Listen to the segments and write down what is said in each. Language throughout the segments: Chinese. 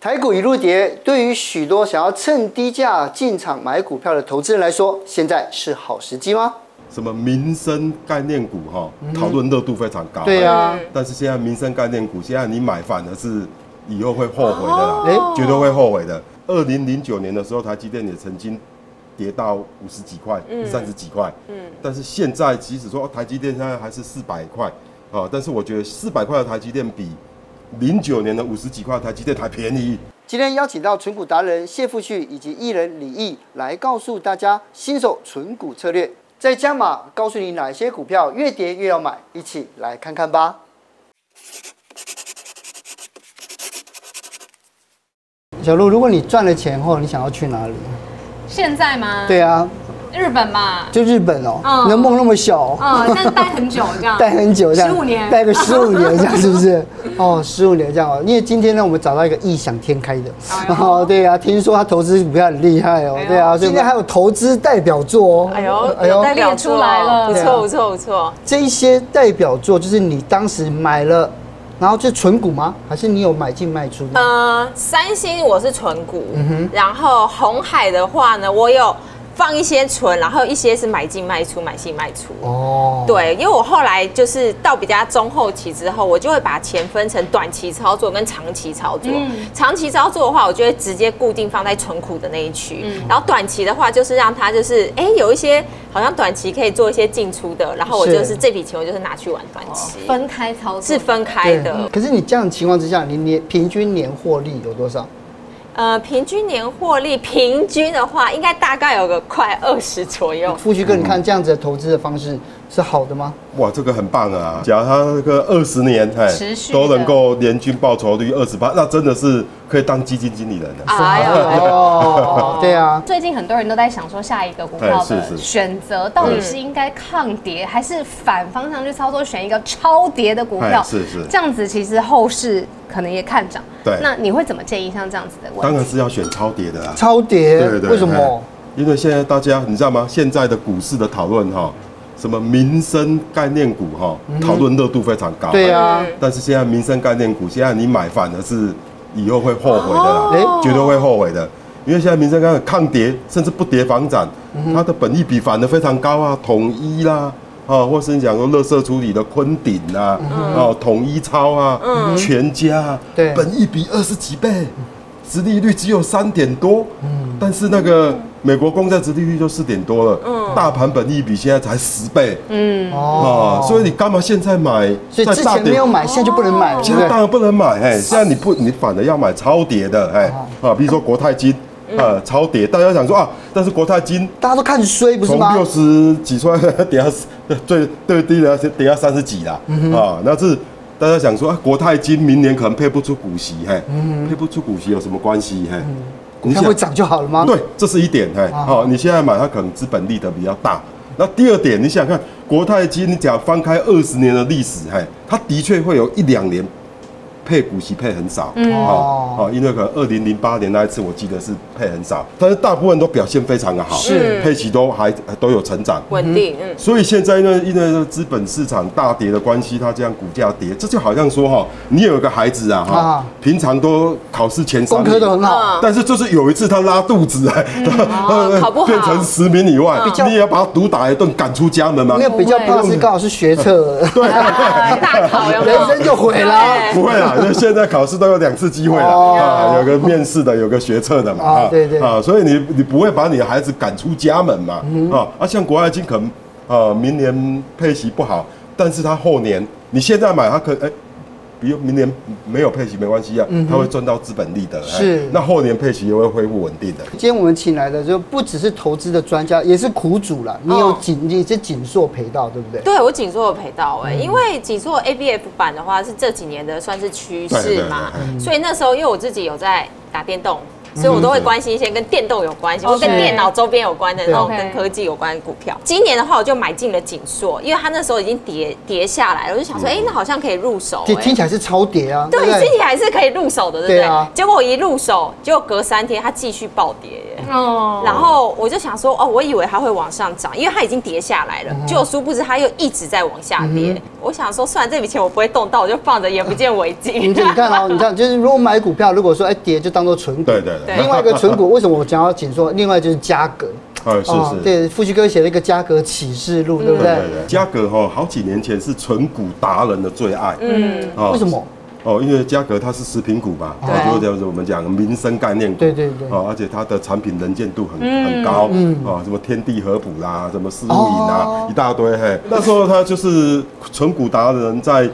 台股一路跌，对于许多想要趁低价进场买股票的投资人来说，现在是好时机吗？什么民生概念股哈，讨论热度非常高。嗯对啊，但是现在民生概念股，现在你买反而是以后会后悔的啦，哦绝对会后悔的。二零零九年的时候，台积电也曾经跌到五十几块、嗯三十几块，但是现在即使说台积电现在还是四百块啊，但是我觉得四百块的台积电比零九年的五十几块的台积电还便宜。今天邀请到存股达人谢富旭以及艺人李毅来告诉大家新手存股策略，在加码告诉你哪些股票越跌越要买，一起来看看吧。小鹿，如果你赚了钱后，你想要去哪里？嗯现在吗？，对啊，日本 嘛，就日本哦，嗯你的梦那么小哦、嗯，但是待很久这啊样，待很久这样， 15年待个十五年这 样是不是？哦，十五年这样哦，因为今天呢，我们找到一个异想天开的，哎呦哦，对啊，听说他投资股票很厉害哦哎，呦对啊，所以今天还有投资代表作哦，哎呦，有代表作列出来了不对啊错不错不错。这一些代表作就是你当时买了，然后就纯股吗？还是你有买进卖出的？呃，三星我是存股，然后红海的话呢，我有放一些存，然后一些是买进卖出，买进卖出。哦，对，因为我后来就是到比较中后期之后，我就会把钱分成短期操作跟长期操作。长期操作的话，我就会直接固定放在存股的那一区。然后短期的话，就是让它就是哎、有一些好像短期可以做一些进出的，然后我是就是这笔钱我就是拿去玩短期，分开操作是分开对的。可是你这样的情况之下，你年平均年获利有多少？呃，平均年获利平均的话，应该大概有个快二十左右。富旭哥，你看这样子的投资的方式是好的吗？哇，这个很棒啊！假如它这个二十年，哎持续的都能够年均报酬率二十八，那真的是可以当基金经理人啊啊的。哎呦，哦，对啊，最近很多人都在想说，下一个股票哎是的是选择到底是应该抗跌，还是反方向去操作，选一个超跌的股票？哎是是这样子其实后市可能也看涨。对那你会怎么建议像这样子的当问然题？是要选超跌的啊。超跌，对对，为什么哎？？因为现在大家你知道吗？现在的股市的讨论哈，什么民生概念股哈，讨论热度非常高。嗯对啊，但是现在民生概念股，现在你买反而是以后会后悔的啦，哦绝对会后悔的。因为现在民生概念股抗跌，甚至不跌反涨，嗯它的本益比反而非常高啊，统一啦。啊，或是你讲说垃圾处理的昆鼎啊，嗯哦，统一超啊，全家啊，对本益比二十几倍，殖利率只有三点多，嗯但是那个美国公债殖利率就四点多了，嗯大盘本益比现在才十倍，嗯啊，所以你干嘛现在买？哦所以在之大前跌哦没有买，现在就不能买了，对现不在当对？然不能买，哎，现在你不，你反而要买超跌的，哎，啊，比如说国泰金，呃，超跌，大家想说啊，但是国泰金大家都看衰，不是从吗六？十几出来 跌到最最低的跌到三十几啦，啊，那是大家想说啊，国泰金明年可能配不出股息，嘿，配不出股息有什么关系，嘿？股票想会涨就好了吗？啊对，这是一点，哎，好、你现在买它可能资本利得比较大。那第二点，你想想看国泰金，你讲翻开二十年的历史，嘿，它的确会有一两年配股息配很少，嗯，哦哦，哦，因为可能二零零八年那一次我记得是配很少，但是大部分都表现非常的好，是配息都还都有成长。稳定，嗯，所以现在呢，因为资本市场大跌的关系，它这样股价跌，这就好像说哈，你有一个孩子啊，哈啊，平常都考试前三功名，课都很好，嗯但是就是有一次他拉肚子哎， 哦考不好嗯变成十名以外较，你也要把他毒打一顿，赶出家门啊吗因？为比较啊怕是刚好是学测，哎大考有没有人？生就毁了。不会 啦，因为现在考试都有两次机会了哦啊，有个面试的，有个学测的嘛啊对对啊，所以你你不会把你的孩子赶出家门嘛嗯啊啊，像国外金可能呃明年配息不好，但是他后年你现在买他可哎。比如明年没有配息没关系啊，他会赚到资本利得，哎嗯是那后年配息又会恢复稳定的。今天我们请来的就不只是投资的专家，也是苦主啦。你有锦，你是锦硕赔到，对不对？哦对我紧缩有赔到哎、因为紧缩 ABF 版的话是这几年的算是趋势嘛对对对，所以那时候因为我自己有在打电动。所以我都会关心一些跟电动有关系，或 OK 跟电脑周边有关的，对然后 OK 跟科技有关的股票。今年的话，我就买进了锦硕，因为它那时候已经跌跌下来了，我就想说，哎，那好像可以入手。这哎听起来是超跌啊，对，不自己还是可以入手的，对不对啊对？结果我一入手，结果隔三天它继续暴跌耶。哦，然后我就想说，哦，我以为它会往上涨，因为它已经跌下来了，结果殊不知它又一直在往下跌。我想说，算了，这笔钱我不会动到，我就放着，眼不见为净。你这你看哦，你看就是如果买股票，如果说哎跌就当做存股，对对对另外一个存股，为什么我讲要紧缩？另外就是价格，呃，是哦是，对，富旭哥写了一个价格启示录，对不对？嘉格哈，好几年前是纯股达人的最爱。嗯，哦为什么？哦，因为嘉格它是食品股嘛，对它就这样子我们讲民生概念股。对对对哦，而且它的产品能见度很很高。嗯。哦，什么天地合补啦，什么丝路饮哦啊，一大堆嘿。那时候它就是纯股达人在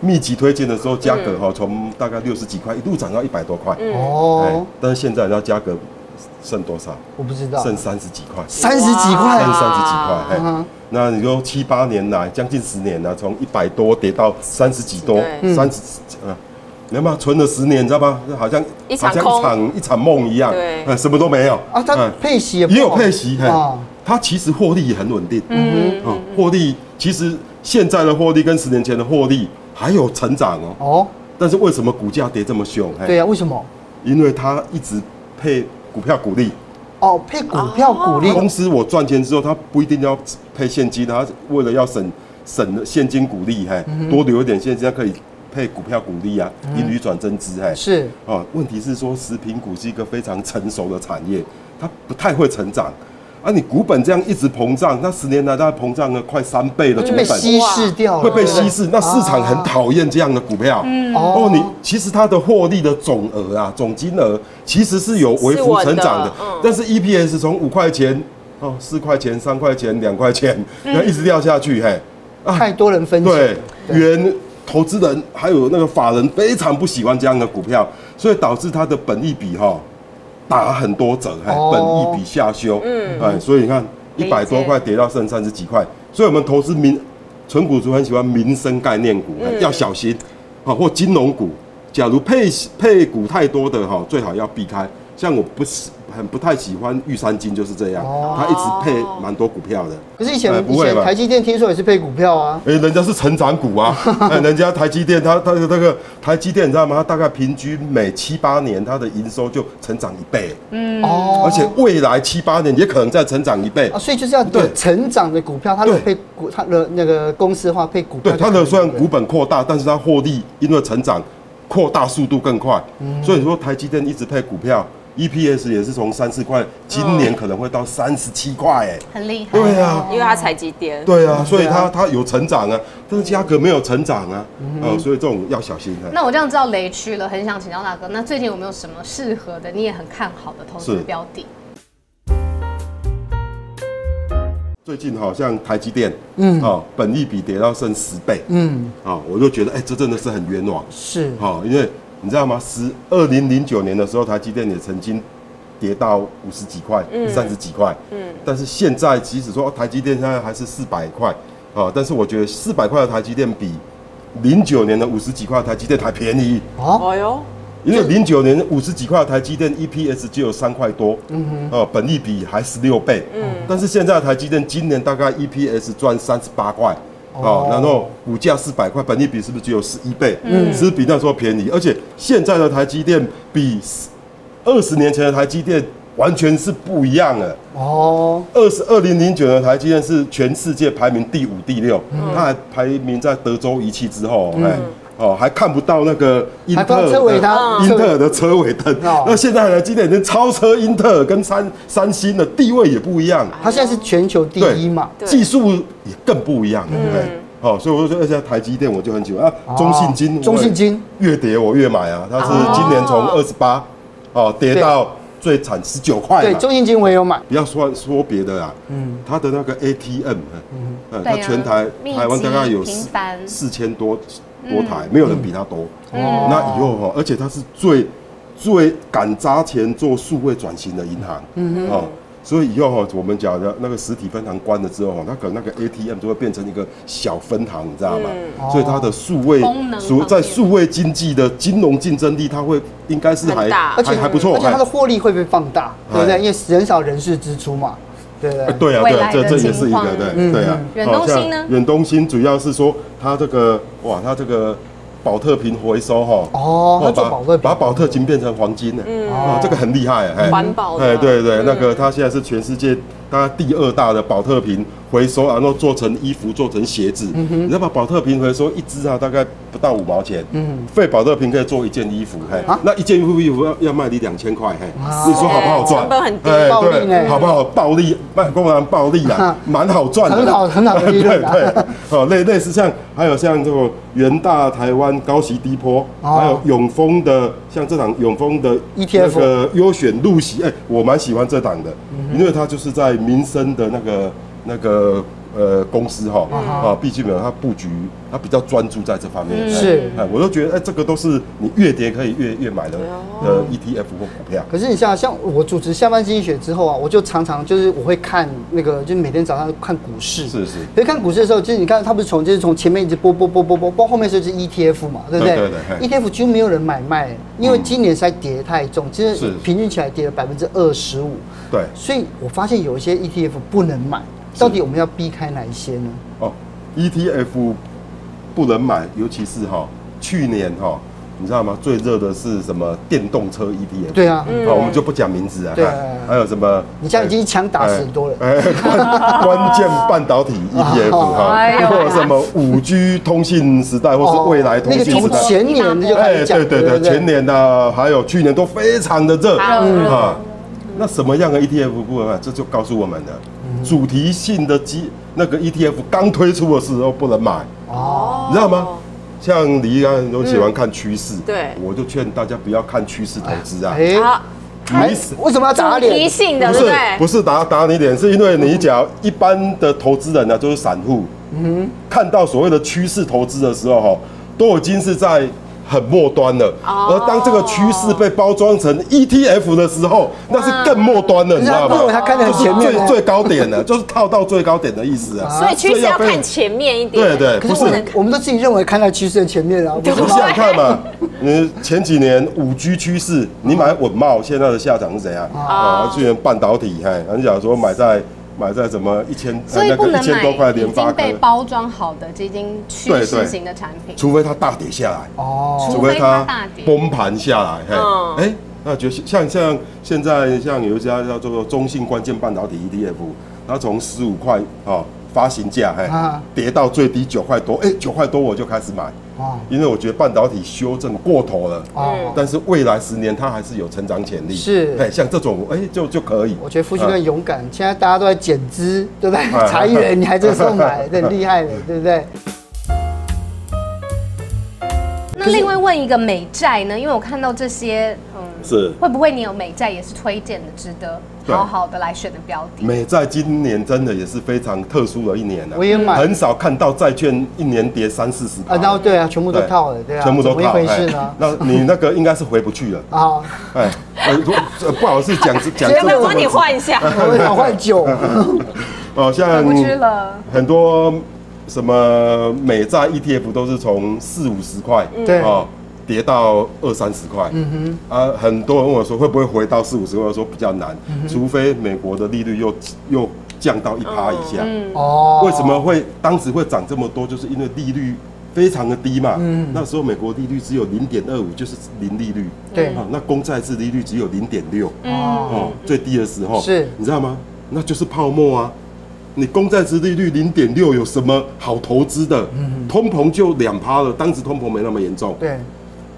密集推荐的时候，嘉嗯格哈从大概六十几块一路涨到一百多块。哦哎，，但是现在你知道价格剩多少？我不知道，剩三十几块，剩三十几块三啊，十几块。嗯哎，那你说七八年来，将近十年了，从一百多跌到三十几多，对三十呃，你知道吗？存了十年，你知道吗？好像一场好像空一场一场梦一样，对呃什么都没有啊，它嗯配息也不也有好配息，嘿啊，它其实获利也很稳定，嗯，哦，获利其实现在的获利跟十年前的获利还有成长哦，哦，但是为什么股价跌这么凶？嘿对呀，啊为什么？因为它一直配股票股利，哦，配股票股利，公司我赚钱之后，它不一定要配现金，它为了要省省现金股利，嘿，嗯多留一点现金，它可以配股票股利啊，盈余转增资，嘿，是哦，问题是说食品股是一个非常成熟的产业，它不太会成长。啊，你股本这样一直膨胀，那十年来它膨胀了快三倍了，就股被本稀释掉了，啊嗯会被对不对稀释，那市场很讨厌这样的股票。哦，你其实它的获利的总额啊，总金额其实是有微幅成长的是稳的嗯，但是 EPS 从五块钱哦，四块钱、三块钱、两块钱，然后一直掉下去，嘿，啊太多人分享，对，原投资人还有那个法人非常不喜欢这样的股票，所以导致它的本益比哈、打很多折，哎、哦本益比下修，嗯，哎，所以你看一百多块跌到剩三十几块，所以我们投资民纯股族很喜欢民生概念股，哎要小心，好或金融股，假如配配股太多的哈、最好要避开。像我不是很不太喜欢玉山金，就是这样，它一直配蛮多股票的。可是以前、哎不以会前吧台积电听说也是配股票啊，哎、人家是成长股 啊，哎、人家台积电，它它的那个台积电，你知道吗？它大概平均每七八年它的营收就成长一倍，哦，而且未来七八年也可能再成长一倍。啊，所以就是要有对成长的股票，它如果配对股，它的那个公司的话配股票对，就可以它了，的虽然股本扩大，但是它获利因为成长扩大速度更快，所以说台积电一直配股票，EPS 也是从三四块，今年可能会到三十七块，哎，很厉害。对啊。 因为它采集点。对啊，所以它它有成长啊，但是价格没有成长啊，呃，所以这种要小心啊的。那我这样知道雷区了，很想请教大哥，那最近有没有什么适合的，你也很看好的投资是标的？最近好像台积电，嗯，哦，本益比跌到剩十倍，嗯，哦，我就觉得，哎、这真的是很冤枉，是哦，因为你知道吗？十二零零九年的时候，台积电也曾经跌到五十几块、三十几块，嗯，但是现在即使说哦台积电现在还是四百块，哦，但是我觉得四百块的台积电比零九年的五十几块的台积电还便宜，哦，哦哟，因为零九年五十几块的台积电 EPS 只有三块多，嗯哼，哦，本益比还十六倍，嗯，但是现在的台积电今年大概 EPS 赚三十八块，哦，然后股价四百块，本益比是不是只有十一倍？嗯，是不是比那时候便宜，而且现在的台积电比二十年前的台积电完全是不一样的。哦，二十二零零九的台积电是全世界排名第五、第六，它还排名在德州仪器之后，哎、哦，还看不到那个英还特帮尔车尾的它英特尔的车尾灯。哦那现在台积电已经超车英特尔跟三三星的地位也不一样，它现在是全球第一嘛，对技术也更不一样了，对不对？哦，所以我就说，而且台积电我就很喜欢啊，中信金，哦中信金越跌我越买啊，它是今年从二十八哦跌对到最惨十九块嘛，对，中信金我也有买，不要说说别的啦，嗯，他的那个 ATM，嗯，呃对啊他全台密集台湾大概有频四繁嗯四千多多台，没有人比他多。那以后哈，而且他是最最敢砸钱做数位转型的银行，嗯哦。所以以后哈，我们讲的那个实体分行关了之后哈，它可能那个 ATM 就会变成一个小分行，你知道吗？所以它的数位功能数方在面数位经济的金融竞争力，它会应该是还很大还还不错，而且它还的获利会被放大，对不对？哎因为人少人事支出嘛，对不哎对？对啊，未对啊来，这的这也情是一况个对嗯对啊。远好东像新呢远东新主要是说它这个哇，它这个保特瓶回收哈。哦他做把保特瓶把保特瓶变成黄金呢。嗯，哦，这个很厉害，哎环保的哎，对对，嗯那个它现在是全世界它第二大的保特瓶回收，然后做成衣服，做成鞋子。嗯你知道吗？保特瓶回收一只啊，大概不到五毛钱。嗯，废保特瓶可以做一件衣服，嘿，啊那一件衣服要要卖你两千块，嘿，你说好不好赚？成本很低哎暴利对，呢好不好？暴利，卖公然暴利啊，蛮好赚的啦，很好很好的利润啊 对对，哦，类类似像还有像这种元大台湾高息低坡，哦 E 还有永丰的，像这档永丰的 ETF 那个优选入席，哎、我蛮喜欢这档的，嗯因为它就是在民生的那个那个。呃，公司哈嗯啊，毕竟没有它布局，它比较专注在这方面。哎嗯是哎，我都觉得哎，这个都是你越跌可以越越买的哦呃 ETF 或股票。可是你像像我主持下班经济学之后啊，我就常常就是我会看那个，就是每天早上看股市。是是可是看股市的时候，就是你看它不是从就是从前面一直波波波波波波，后面是就是 ETF 嘛，对不 E 对？对对对 ETF 几乎没有人买卖，因为今年实在跌太重，其嗯是实平均起来跌了百分之二十五。对，所以我发现有一些 ETF 不能买，到底我们要避开哪一些呢？哦，ETF 不能买，尤其是哈、去年哈、你知道吗？最热的是什么电动车 E ETF？对啊好、哦我们就不讲名字啊。对啊还有什么？你这样已经一枪打死很多人。哎，关关键半导体 ETF 哈、哎呦或者什么五 G 通信时代，或是未来通哦那信个从时代。前年就开始讲，哎对对对，不前年呐、还有去年都非常的热好嗯热啊。那什么样的 E ETF 不能买？这就告诉我们了，嗯主题性的基那个 ETF 刚推出的时候不能买，哦你知道吗？像你一样都喜欢看趋势，嗯对我就劝大家不要看趋势投资啊。哎，好，你死为什么要打主题脸？性的，不对不是对？不是打打你脸，是因为你讲一般的投资人呢、啊就是散户，看到所谓的趋势投资的时候，哈，都已经是在很末端了。哦而当这个趋势被包装成 ETF 的时候，那是更末端了，你知道可是他认为吗他？看得很就是前面最呢最高点了，就是套到最高点的意思啊。所以趋势要所以要看被前面一对点。对，可不是是我。们我们都自己认为看在趋势的前面啊，不是你想想看嘛，你前几年五 G 趋势，你买稳茂，现在的下涨是怎哦样？啊，去年半导体，哎，你讲说买在买在什么一千，所以呃那不个一能千多块买联已发经科被，包装好的这已经趋势型的产品，除非它大跌下来，哦，除除非非它它大跌。崩盘下来，嗯嘿，哎，那就像像现在像有一家叫做中信关键半导体 ETF，它从十五块哦发行价，嘿啊，跌到最低九块多，哎，九块多我就开始买，哦因为我觉得半导体修正过头了。哦，但是未来十年它还是有成长潜力。是哎，像这种，哎，就就可以。我觉得夫君啊更勇敢，现在大家都在减资，对不对哎？裁员你还这时候买，这很厉害了， 对啊不对？那另外问一个美债呢？因为我看到这些，嗯，是会不会你有美债也是推荐的，值得对好好的来选的标的？美债今年真的也是非常特殊的一年了、我也买很少看到债券一年跌三四十。啊，然后对啊，全部都套了，对啊，哎全部都怎么一套。回事呢？那你那个应该是回不去了。啊，哎，呃如呃不好意思讲讲要这不要个帮你换一下？我想换 酒，哦，像回不去了很多什么美债 ETF 都是从四五十块，对哦，跌到二三十块，嗯哼，啊，很多人问我说会不会回到四五十块，我说比较难，嗯除非美国的利率又又降到一趴以下，哦，为什么会当时会涨这么多？就是因为利率非常的低嘛，嗯那时候美国利率只有零点二五，就是零利率，对啊那公债制利率只有零点六，哦，哦，最低的时候是你知道吗？那就是泡沫啊！你公债殖利率零点六有什么好投资的？通膨就两趴了，当时通膨没那么严重。嗯对，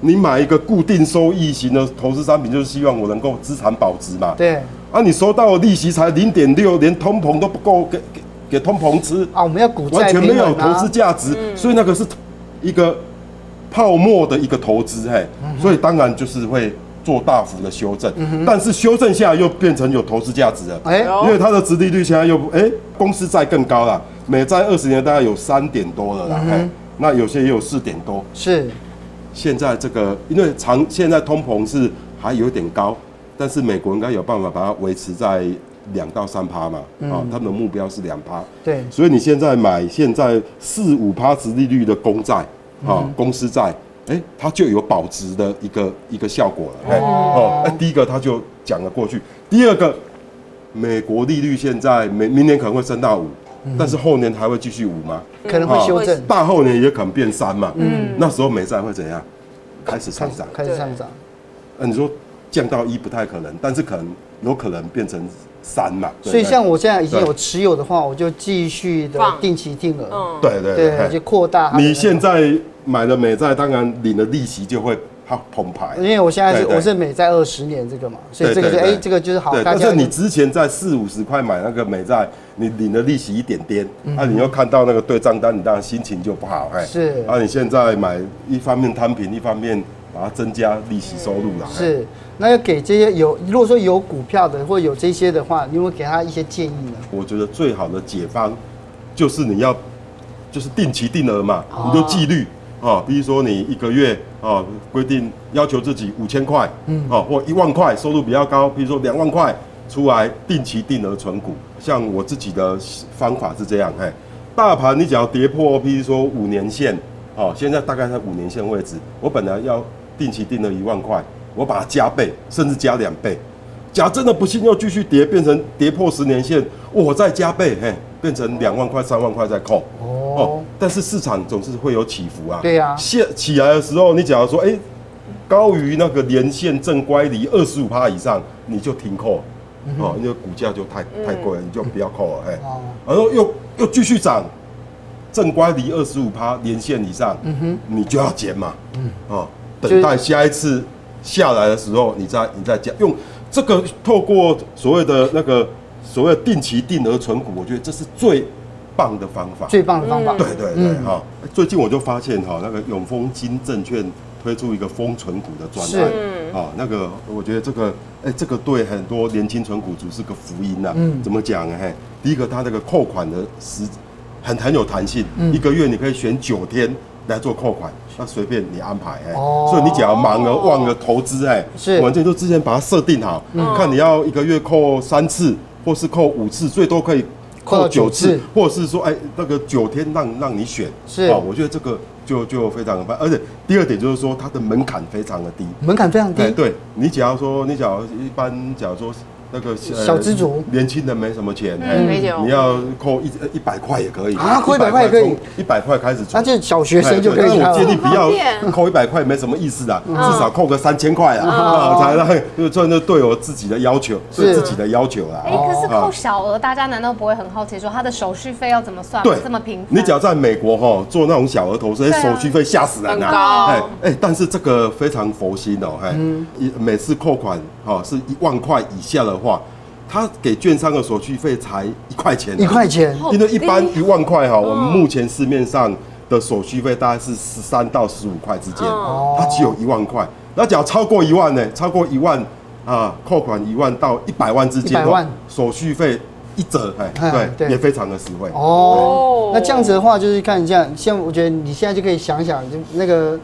你买一个固定收益型的投资商品，就是希望我能够资产保值嘛。。对啊，你收到的利息才零点六，连通膨都不够给给给通膨吃，啊，我们要股完债全没平有衡投资啊，价值，所以那个是一个泡沫的一个投资，嘿，嗯所以当然就是会做大幅的修正，但是修正下又变成有投资价值了，哎，因为它的殖利率现在又不哎、公司债更高了，美债二十年大概有三点多了啦，嘿，那有些也有四点多，是现在这个因为长现在通膨是还有点高，但是美国应该有办法把它维持在两到三趴嘛，啊、他们的目标是两趴，对所以你现在买现在四五趴值利率的公债啊、公司债，哎、它就有保值的一个一个效果了。哎哦，哎、第一个它就讲了过去，第二个，美国利率现在明明年可能会升到五，但是后年还会继续五吗？可能会啊修哦正，大后年也可能变三嘛。嗯，那时候美债会怎样？开始上涨。开始上涨。呃，你说降到一不太可能，但是可能有可能变成三嘛。对不所以对像我现在已经有持有的话，我就继续的放嗯定期定额，对对啊对，嘿就扩大它的那个。你现在买的美债，当然领的利息就会它澎湃。因为我现在是对对我是美债二十年这个嘛，哎所以这个就对对对哎，这个就是好，对，大但家是你之前在四五十块买那个美债，你领的利息一点点，嗯啊，你又看到那个对账单，你当然心情就不好，哎，是啊，你现在买一方面摊平，一方面把它增加利息收入啦，嘿是那要给这些有，如果说有股票的或有这些的话，你有没有给他一些建议呢？我觉得最好的解方就是你要就是定期定额嘛，你就纪律啊、哦，比如说你一个月啊、哦、规定要求自己五千块，嗯，哦或一万块，收入比较高，比如说两万块出来定期定额存股。像我自己的方法是这样，嘿，大盘你只要跌破，比如说五年线，哦，现在大概在五年线位置，我本来要定期定额一万块，我把它加倍，甚至加两倍。假真的不幸又继续跌，变成跌破十年线，我再加倍，嘿，变成两万块、三万块再扣。哦，但是市场总是会有起伏啊。对啊现起来的时候，你假如说，哎、高于那个年线正乖离二十五趴以上，你就停扣。哦，因为股价就太太贵了，你就不要扣了，哎、嗯哦然后又又继续涨，正乖离二十五趴年线以上，嗯你就要减嘛，哦，等待下一次下来的时候，你再你再加，用这个透过所谓的那个所谓的定期定额存股，我觉得这是最棒的方法。最棒的方法，嗯对对对嗯哈、最近我就发现哈、那个永丰金证券推出一个封存股的专是案，啊、那个我觉得这个哎、这个对很多年轻存股族是个福音呐、嗯怎么讲呢？啊嘿，第一个它这个扣款的时很很有弹性、嗯一个月你可以选九天来做扣款，那随便你安排哎、哦所以你只要忙了忘了投资哎、是嗯完全就之前把它设定好、看你要一个月扣三次或是扣五次，最多可以。扣到扣九九次次，或者是说，哎，那个九天让让你选，是哦，我觉得这个就就非常的棒，而且第二点就是说它的门槛非常的低，门槛非常低哎，，对你假如说你假如一般假如说那个呃小资族年轻人没什么钱，哎嗯没有你要扣一一百块也可以啊扣100块也可以一百块开始存，那就是小学生就可以哎对但了我。建议不方便嗯要扣一百块，没什么意思的，至少扣个三千块啊，啊，才让就这就对我自己的要求，对是自己的要求啦。哎、哦可是啊扣小额，大家难道不会很好奇说他的手续费要怎么算吗对？，这么平凡？你只要在美国哈做那种小额投资，哎对啊手续费吓死人很高啊！哎哎，但是这个非常佛心哦，哎，嗯一每次扣款哈是一万块以下的话，他给券商的手续费才一块钱，啊一块钱因为一般哦一万块哈，我们目前市面上的手续费大概是十三到十五块之间，哦它只有一万块。那只要超过一万呢？超过一万啊，扣款一万到一百万之间100万哦，手续费一折，哎哎，对对，也非常的实惠。哦哦，那这样子的话，就是看一下，像我觉得你现在就可以想想，就那个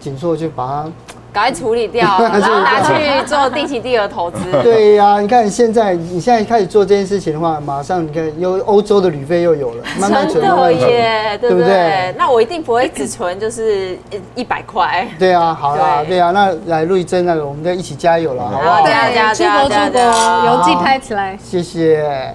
紧缩就把赶快处理掉，然后拿去做定期定额投资。 它。对呀、你看现在你现在开始做这件事情的话，马上你看又欧洲的旅费又有了，慢慢真存，慢的慢存。耶，对对不不对对？那我一定不会只存就是一百块，对啊，好啦，对对啊，那来陆一真那个，我们再一起加油了，好不好好？对啊对啊对，出对啊国对啊出对啊国，邮寄拍起来。谢谢。